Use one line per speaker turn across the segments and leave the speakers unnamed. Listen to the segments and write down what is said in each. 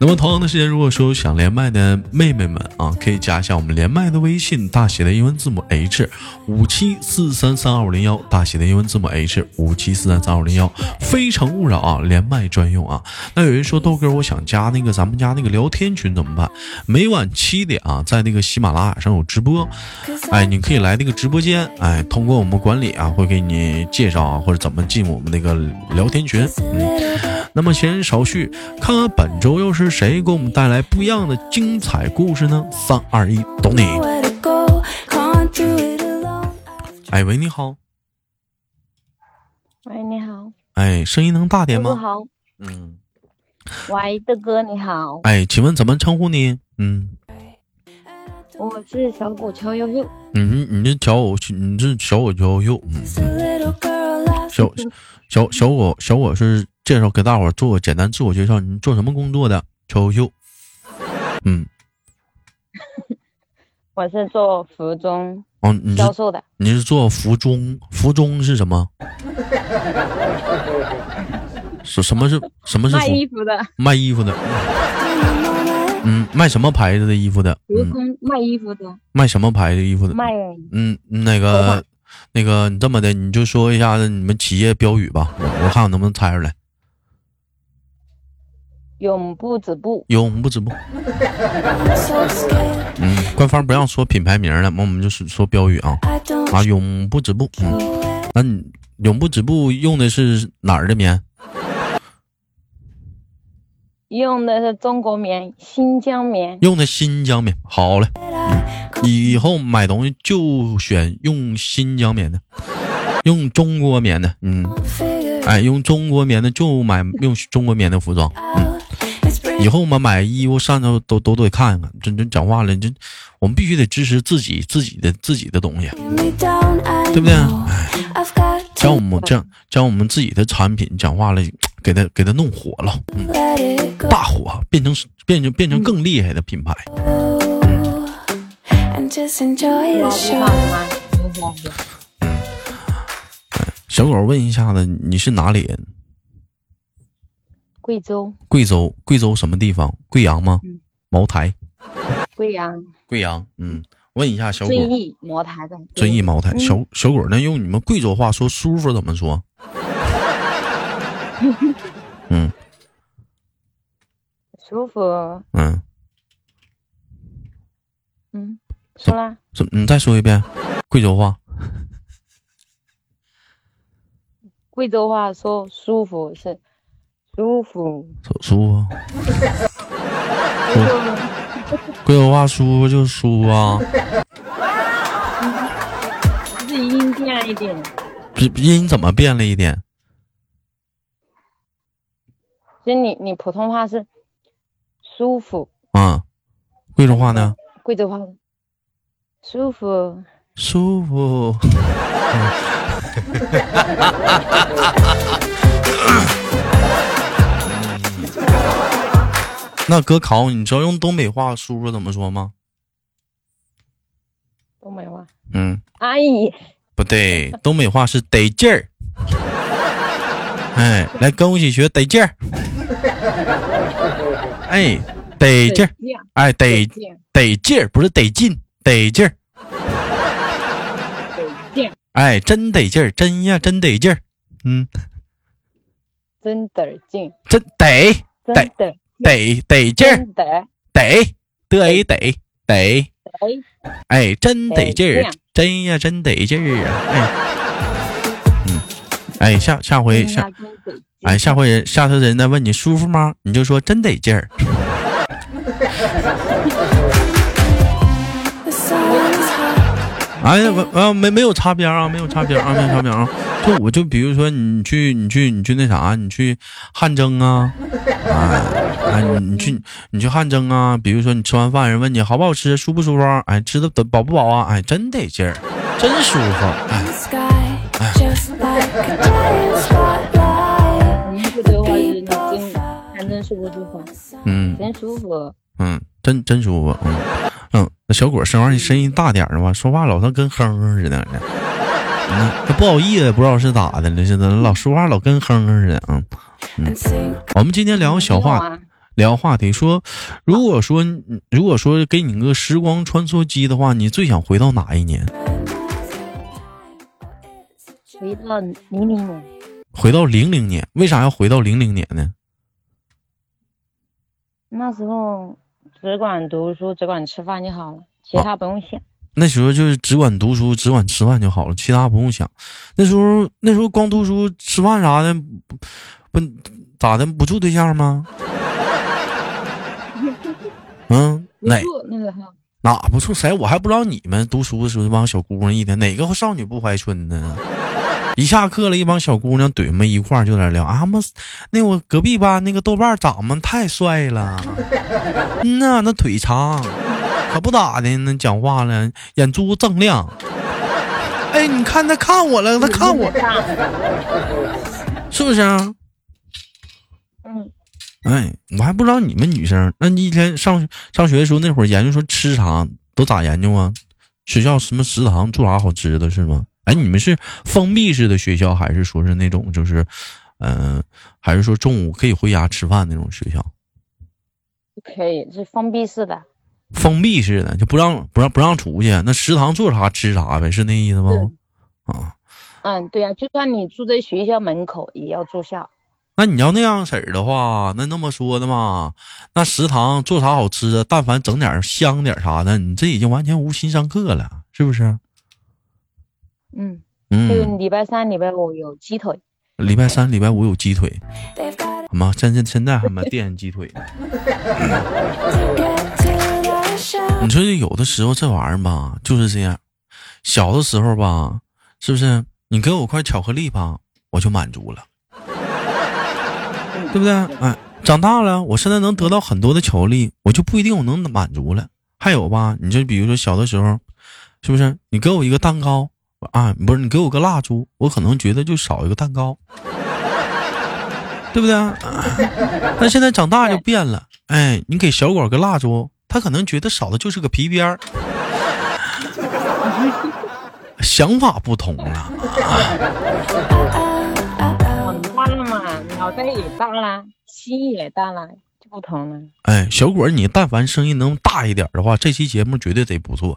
那么同样的时间，如果说想连麦的妹妹们啊，可以加一下我们连麦的微信，大写的英文字母 H 五七四三三二五零幺，大写的英文字母 H 五七四三三二五零幺，非诚勿扰啊，连麦专用啊。那有人说豆哥，我想加那个咱们家那个聊天群怎么办？每晚七点啊，在那个喜马拉雅上有直播，哎，你可以来那个直播间，哎，通过我们管理啊，会给你介绍啊，或者怎么进我们那个聊天群。那么闲言少叙，看看本周又是谁给我们带来不一样的精彩故事呢？三二一，懂你。哎喂，你好，
喂，你好，
哎，声音能大点
豆哥
吗？
好，
嗯，
喂，豆哥你好，
哎，请问怎么称呼你？嗯
我是小狗乔悠悠，
嗯，你这小我，你这小我娇羞，嗯，小小小我小我是介绍给大伙儿做个简单自我介绍，你做什么工作的？娇羞，嗯，
我是做服装
哦，你
销
是
售的，
你是做服装，服装是什么？什什么是什么是服
卖衣服的，
卖衣服的？嗯，卖什么牌子的衣服的？
服
嗯，
装卖衣服的，
卖什么牌子的衣服的？
卖
嗯，那个那个，你这么的，你就说一下子你们企业标语吧，我我看我能不能猜出来。
永不止步，
永不止步。嗯，官方不让说品牌名了，那我们就是说标语啊啊，永不止步。嗯，那你永不止步用的是哪儿的棉？
用的是中国棉、新疆棉，
用的新疆棉。好嘞，嗯以后买东西就选用新疆棉的，用中国棉的。嗯，哎，用中国棉的就买用中国棉的 服装。以后嘛，买衣服上头都都得看看。这这讲话了，这我们必须得支持自己自己的自己的东西，对不对？
嗯
哎，将我们将将我们自己的产品讲话了，给它给它弄火了，嗯，大火变成变成变成更厉害的品牌。
老地方的吗？
小狗问一下子，你是哪里人？
贵州、
贵州，贵州什么地方？贵阳吗？
嗯
茅台，
贵阳、
贵阳。嗯，问一下小狗，
遵义、嗯茅台的，
遵义茅台。小小狗，那用你们贵州话说舒服怎么说？嗯
舒服，啊
嗯，
嗯，说啦，
怎么？你再说一遍贵州话。
贵州话说舒服是舒服，
舒舒服，贵州话舒服就舒服啊，
自己音变一点，
不是音怎么变了一点？
就你你普通话是舒服，
啊，贵州话呢？
贵州话舒服，
舒服。 那哥考你，知道用东北话舒服怎么说吗？
东北话，
嗯，
阿姨
不对，东北话是得劲儿。哎，来跟我一起学得劲儿。哎，得劲儿，哎，得
见
得劲儿，不是得劲，得劲儿。
见，
哎，真得劲儿，真呀，真得劲儿。嗯，
真得劲，
真得
真
得
得
得得劲儿，
真得，
得得一得得，
哎，
哎，真得劲
得
儿
劲儿，
真呀，真得劲儿啊！哎，嗯，哎，下下回
真
下
的真得劲，
哎下回人下次人再问你舒服吗？你就说真得劲儿。哎，我啊没没有擦边啊，没有擦边啊，没有擦边啊。就我就比如说你去你去你去那啥，你去汗蒸啊，啊啊你你去你去汗蒸啊。比如说你吃完饭，人问你好不好吃，舒不舒服啊？哎，吃的得饱不饱啊？哎，真得劲儿，真舒服。哎，
你们贵州话是你真看
真舒服舒服，
嗯
真舒服。
嗯，真真舒服，嗯嗯，那小果声音声音大点儿的吧，说话老像跟哼哼似的呢。嗯，那不好意思，不知道是咋的了，现在老说话老跟哼哼似的。嗯，我们今天聊个小话
啊，
聊话题，说如果说如果说给你个时光穿梭机的话，你最想回到哪一年？
回到
回到零
零零年，
零年？为啥要回到零零年呢？
那时候只管读书，只管吃饭就好了，其他不用想。
那时候就是只管读书，只管吃饭就好了，其他不用想。那时候那时候光读书、吃饭啥的，不不咋的不处对象吗？ 嗯，
不
哪
住那个哈，
哪不处谁？我还不知道你们读书的时候那帮小姑娘一天哪个少女不怀春呢？ 一下课了，一帮小姑娘怼们一块儿就在那聊啊妈，那我隔壁班那个豆瓣儿长得太帅了，嗯呐、那腿长，可不咋的，那讲话了，眼珠锃亮。哎，你看他看我了，他看我，是不是啊？
嗯，
哎，我还不知道你们女生，那你一天上上学的时候，那会儿研究说吃啥都咋研究啊？学校什么食堂做啥好吃的是吗？哎，你们是封闭式的学校，还是说是那种就是，嗯、还是说中午可以回家吃饭那种学校？
不可以，是封闭式的。
封闭式的就不让不让不让出去，那食堂做啥吃啥呗，是那意思吗？啊，
嗯，对呀、就算你住在学校门口，也要住校。
那你要那样式儿的话，那那么说的嘛，那食堂做啥好吃的，但凡整点儿香点儿啥的，你这已经完全无心上课了，是不是？
嗯，就
嗯，
礼拜三、礼拜五有鸡腿，
礼拜三、礼拜五有鸡腿，妈，现在现在还妈惦记鸡腿呢。你说这有的时候这玩意儿吧，就是这样。小的时候吧，是不是？你给我块巧克力吧，我就满足了，对不对？哎，长大了，我现在能得到很多的巧克力，我就不一定我能满足了。还有吧，你就比如说小的时候，是不是？你给我一个蛋糕啊，不是你给我个蜡烛，我可能觉得就少一个蛋糕，对不对？啊但现在长大就变了，哎，你给小果个蜡烛，他可能觉得少的就是个皮鞭儿，想法不同了。
长大了嘛，脑袋也大了，心也大了，就不同了。
哎，小果儿，你但凡声音能大一点的话，这期节目绝对得不错。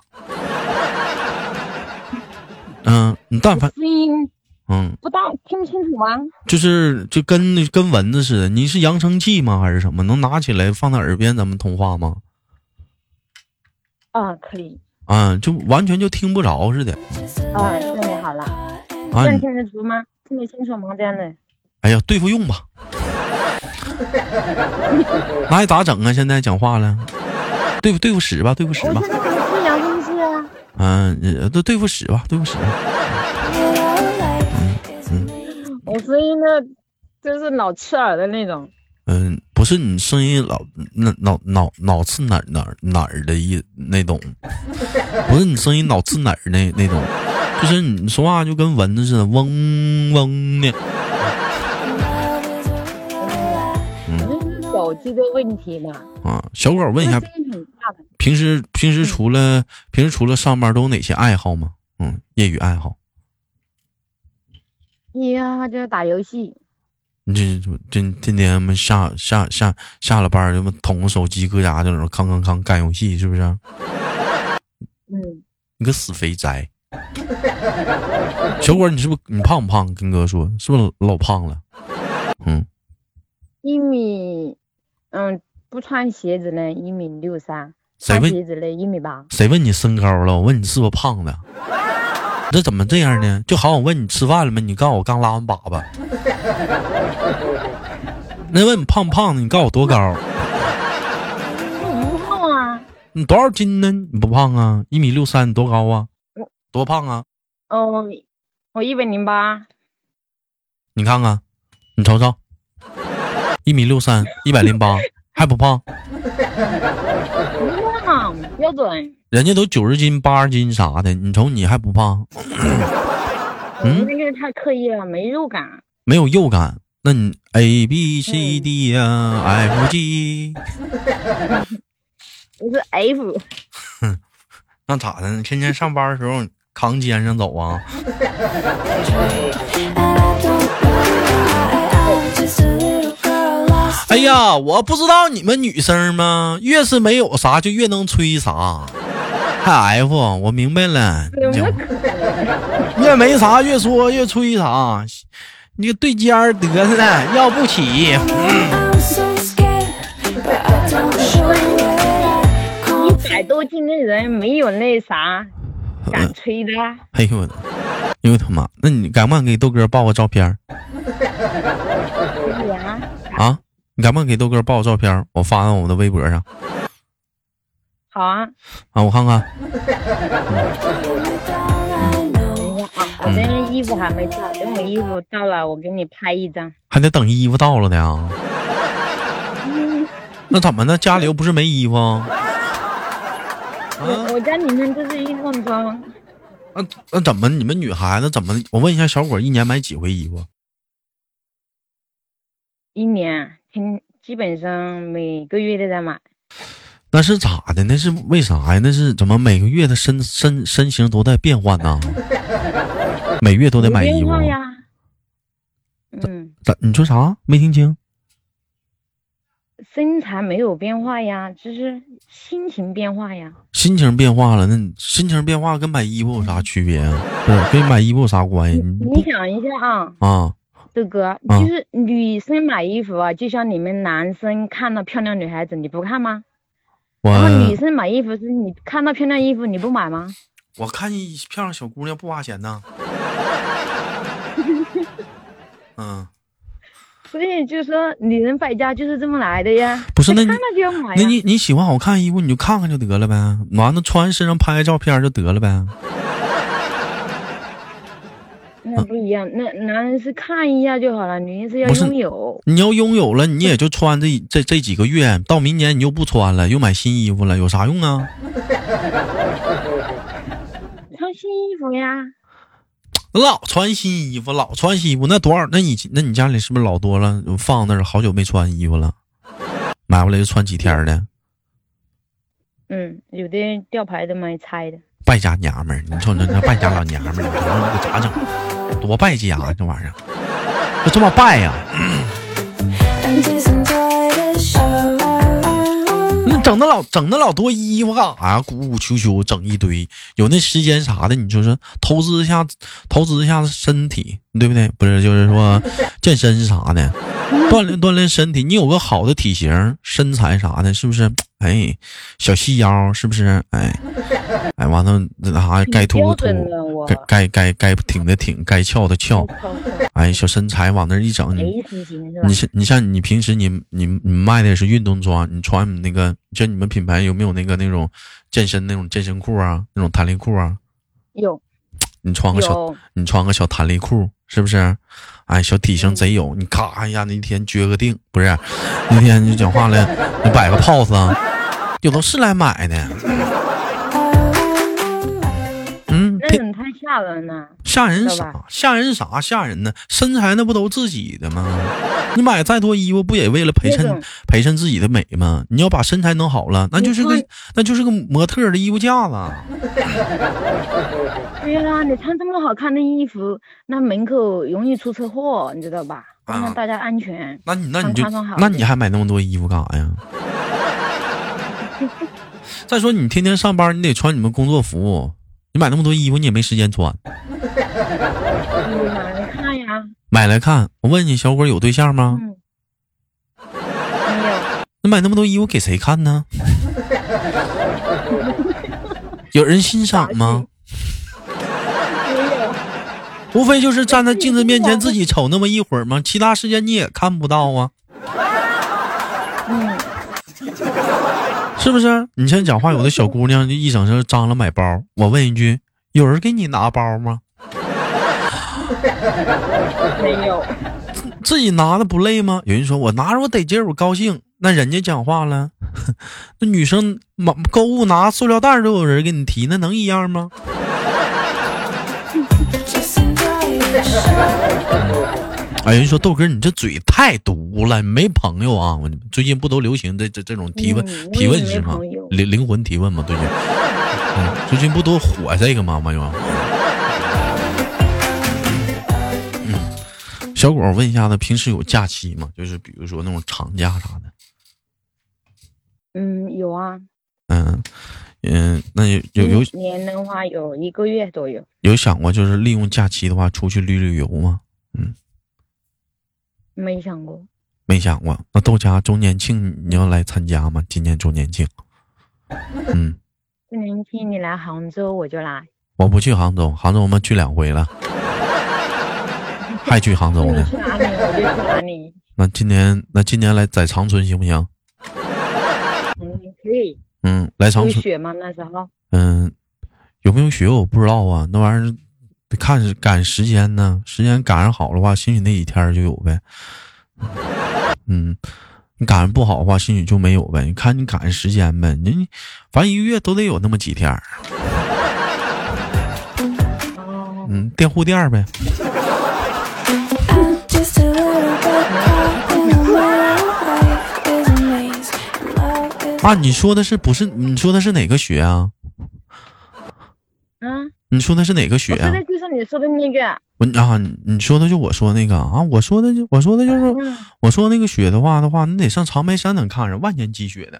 嗯，你但凡
声音
嗯，
不大，听不清楚吗？
就是就跟那跟蚊子似的，你是扬声器吗？还是什么？能拿起来放在耳边咱们通话吗？
啊，可以，
啊，就完全就听不着似的
啊，这样就好了。这
啊！
样
你
听得足吗？听得清楚吗？这样的，
哎呀，对付用吧，那还咋整啊？现在讲话了，对付对付使吧，对付使
我
吧
现，在很自然，是不是啊？
嗯、呃都对付使吧，对付使吧。
我声音呢，就是老刺耳的那种。
嗯，不是你声音老那脑脑脑刺哪儿哪儿哪儿的意那种，不是你声音脑刺哪儿那那种，就是你说话就跟蚊子似的，嗡嗡的。
这是嗯手机的问题嘛？
啊，小狗问一
这
下，
声音很大的，
平时平时除了平时除了上班都有哪些爱好吗？嗯，业余爱好，
一呀就是打游戏，
你这这天天们下下下下了班儿就捅个手机搁家就那种康康康干游戏，是不是？
嗯，
你个死肥宅！小伙儿，你是不是你胖不胖？跟哥说，是不是老胖了？嗯，
一米，嗯，不穿鞋子呢一米六三，
谁
穿
问
鞋子呢一米八。
谁问你身高了？我问你是不是胖的？你这怎么这样呢？就好，我问你吃饭了没？你告诉我刚拉完粑粑。 那问你胖不胖的？你告诉我多高？
我不胖啊，
你多少斤呢？你不胖啊？一米六三，你多高啊？多胖啊？
哦，我一百零八，
你看看，你瞅瞅，一米六三，一百零八，还不胖？
不胖，标准。
人家都九十斤、八十斤啥的，你瞅你还不胖，嗯
我那个太刻意了，没肉感。
没有肉感。那你 A B C D 呀、f G，
不是 F，
那咋的？你天天上班的时候扛肩上走啊？哎呀，我不知道你们女生吗？越是没有啥，就越能吹啥。还 F，我明白了，你就越没啥越说越吹啥，你个对尖儿得了，要不起。
一百多斤的人没有那啥
嗯
敢吹的，
哎呦我的，哎呦我他妈！那你敢不敢给豆哥爆个照片儿
可以啊，
啊？你敢不敢给豆哥爆个照片儿？我发到我的微博上
好啊，
啊，我看看。嗯
我这件衣服还没到，等我衣服到了，我给你拍一张。
还得等衣服到了呢。那怎么呢？家里又不是没衣服啊？
我我家里面就是一套装，
那那怎么你们女孩子怎么？我问一下，小伙一年买几回衣服？
一年天基本上每个月都在买，
那是咋的？那是为啥呀？那是怎么每个月的身身身形都在变换 呢？每月都得买衣
没
服
变？化呀。嗯，
咋？你说啥？没听清？
身材没有变化呀，就是心情变化呀。
心情变化了，那你心情变化跟买衣服有啥区别啊？不是跟买衣服有啥关系？你
你想一下啊，
啊，
豆哥，就是女生买衣服啊，就像你们男生看到漂亮女孩子你不看吗？然后女
我
生买衣服是你看到漂亮衣服你不买吗？
我看一漂亮小姑娘不花钱 呐。嗯，
所以就说女人败家就是这么来的呀。
不是那你
看了就要买啊
那
呀。
你你喜欢好看衣服，你就看看就得了呗，完了穿身上拍个照片就得了呗。
那不一样，那男人是看一下就好了，女人是要
不是
拥有。
你要拥有了，你也就穿这这这几个月，到明年你又不穿了，又买新衣服了，有啥用啊？
穿新衣服呀，
老穿新衣服，老穿新衣服，那多少？那你那你家里是不是老多了？放那儿好久没穿衣服了，买回来就穿几天的，
嗯，有的吊牌都没拆的。
败家娘们儿！你瞅你这败家老娘们儿，你说你这咋整？多败家啊，这玩意儿，就这么败呀、那整那老整那老多衣服干啥呀？鼓鼓秋秋整一堆，有那时间啥的，你就是投资一下，投资一下身体，对不对？不是，就是说健身啥的，锻炼锻炼身体。你有个好的体型、身材啥的，是不是？哎，小细腰是不是？哎，哎，完了那啥，该凸
标
凸
准的我，
该该该该挺的挺，该翘的翘。哎，小身材往那一整，你
S 型是吧
嗯你？像你像你平时你你你卖的也是运动装，你穿你那个，就你们品牌有没有那个那种健身那种健身裤啊，那种弹力裤啊？
有
你穿个小
有，
你穿个小弹力裤，是不是？哎，小体型贼有，你咔一下那一天撅个腚，不是？那天就讲话了，你摆个 pose 啊，有的是来买的。嗯，
那种太吓人了。
吓人
知道
啥
吧？
吓人啥？吓人呢？身材那不都自己的吗？你买再多衣服，不也为了陪
那
衬
种
陪衬自己的美吗？你要把身材弄好了，那就是个
你
那就是个模特儿的衣服架子。
对呀，你穿这么好看的衣服，那门口容易出车祸，你知道吧？
啊
让大家安全。
那你那你就
穿穿好
那你还买那么多衣服干啥呀？ 再说你天天上班，你得穿你们工作服，你买那么多衣服，你也没时间穿。
你哪能看呀？
买来看，我问你，小伙儿有对象吗？
嗯，没有。
那买那么多衣服给谁看呢？有人欣赏吗？ 无非就是站在镜子面前自己瞅那么一会儿吗？其他时间你也看不到啊。是不是？你像讲话，有的小姑娘就一整就张罗买包。我问一句，有人给你拿包吗？
没有，
自己拿的不累吗？有人说我拿着我得劲儿，我高兴。那人家讲话了， 那女生买购物拿塑料袋儿都有人给你提，那能一样吗？哎，人说豆哥，你这嘴太毒了，没朋友啊！我最近不都流行这这这种提问、
嗯
提问是吗
我也没朋友？
灵灵魂提问吗？最 近，嗯，最近不都火这个吗？朋友。嗯，小果，我问一下子，平时有假期吗？就是比如说那种长假啥的。
嗯，有啊，
嗯嗯，那有有有
一年的话有一个月左右。
有想过，就是利用假期的话出去旅旅游吗？
没想过，
没想过。那豆家周年庆你要来参加吗？今年周年庆？嗯，
不年轻你来杭州我就来，
我不去杭州，杭州我们去两回了，还去杭州
你
呢。
去哪里我就去哪里。
那今年那今年来在长春行不行？
嗯，可以。
嗯，来长
有
春，
雪吗？那时候
嗯，有没有雪我不知道啊，那玩意儿得看是赶时间呢，时间赶上好的话，兴许那几天儿就有呗。 嗯，你赶上不好的话，兴许就没有呗。你看你赶上时间呗，你反正一个月都得有那么几天儿。
哦，
嗯，店护店儿呗。
I'm just a little bit caught in a web. Life is a maze, and love is
啊，你说的是不是？你说的是哪个雪啊？
嗯，
你说的是哪个雪
我
啊
说？的就是你说的那个，
我啊，你你说的就我说那个啊，我说的就我说的就是
嗯，
我说那个雪的话的话，你得上长白山能看着万年积雪的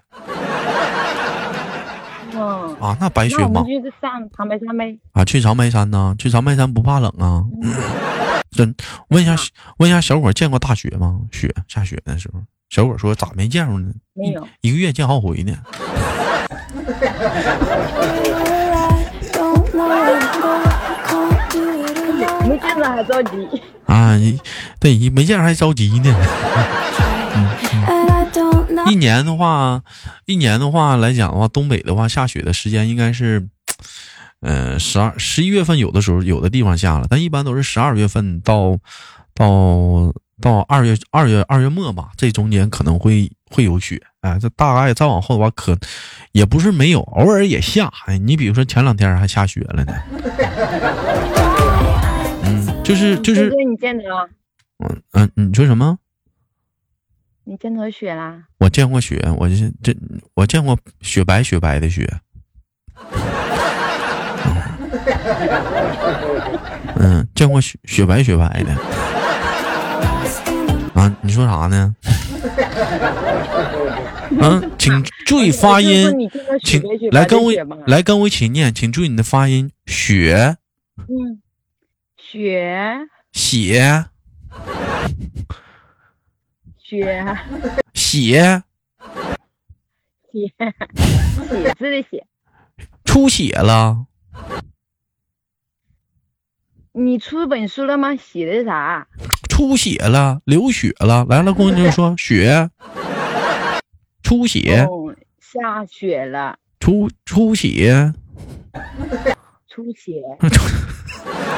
嗯，
啊，那白雪
那我们
茫
就是上长白山呗。
啊。去长白山呢？去长白山不怕冷啊？ 真问一
嗯
下，问一下小果见过大雪吗？雪下雪的时候，小果说咋没见着呢？
没有，
一个月见好回呢。
where I don't know where to go. I can't do it alone.
没见着还着急。
啊，一对，一没见着还着急呢。
And I don't know
一年的话，一年的话来讲的话，东北的话下雪的时间应该是，呃，十二、十一月份有的时候有的地方下了，但一般都是十二月份到到到二月二月二月末吧，这中间可能会会有雪。哎，这大概再往后的话可，也不是没有，偶尔也下。哎，你比如说前两天还下雪了呢。 嗯，就是就
哥
是，
哥，你见着了？
嗯嗯、你说什么？
你见着雪啦？
我见过雪，我就是这，我见过雪白雪白的雪。嗯，见过雪雪白雪白的
what's in the
啊？你说啥呢？嗯，请注意发音
我就说你见着，雪
请
白雪白
来
的
跟我
雪吧
来跟我一起念，请注意你的发音：雪
嗯，雪
血
雪
血
雪写字的写。
出血了，
你出本书了吗？写的啥？
出血了，流血了。来了，姑娘就说血出血
哦，下雪了，
出出血。
出血。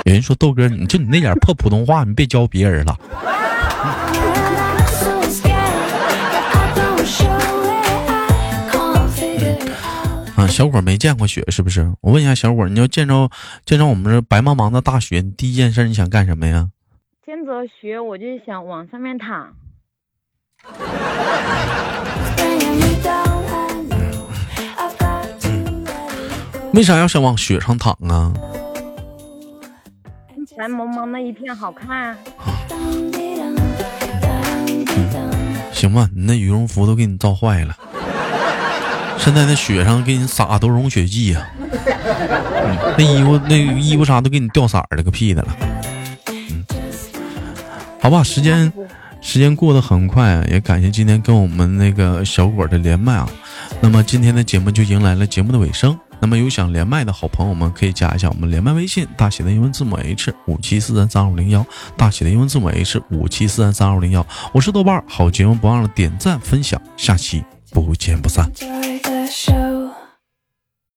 有人说豆哥，你就你那点破普通话，你别教别人了。
And I'm so scared, but I don't show it. I can't figure it out.
啊，小伙没见过雪是不是？我问一下小伙，你要见着见着我们这白茫茫的大雪，你第一件事你想干什么呀？
见着雪我就想往上面躺。
It's bringing me down. I know I've got to let it go.
为啥要想往雪上躺啊？
And just
蓝茫茫的一片好看啊！
dum-dee-dum, dum-dee-dum.
行吧，你那羽绒服都给你造坏了。现在那雪上给你撒都融雪剂呀、嗯那衣服那衣服啥都给你掉色儿了，个屁的了。嗯
Just
好吧，时间时间过得很快，也感谢今天跟我们那个小果的连麦啊。那么今天的节目就迎来了节目的尾声。那么有想连麦的好朋友们，可以加一下我们连麦微信，大写的英文字母 H 五七四三三二五零幺，大写的英文字母 H 五七四三三二五零幺。我是豆瓣儿，好节目不忘了点赞分享，下期不见不散。
just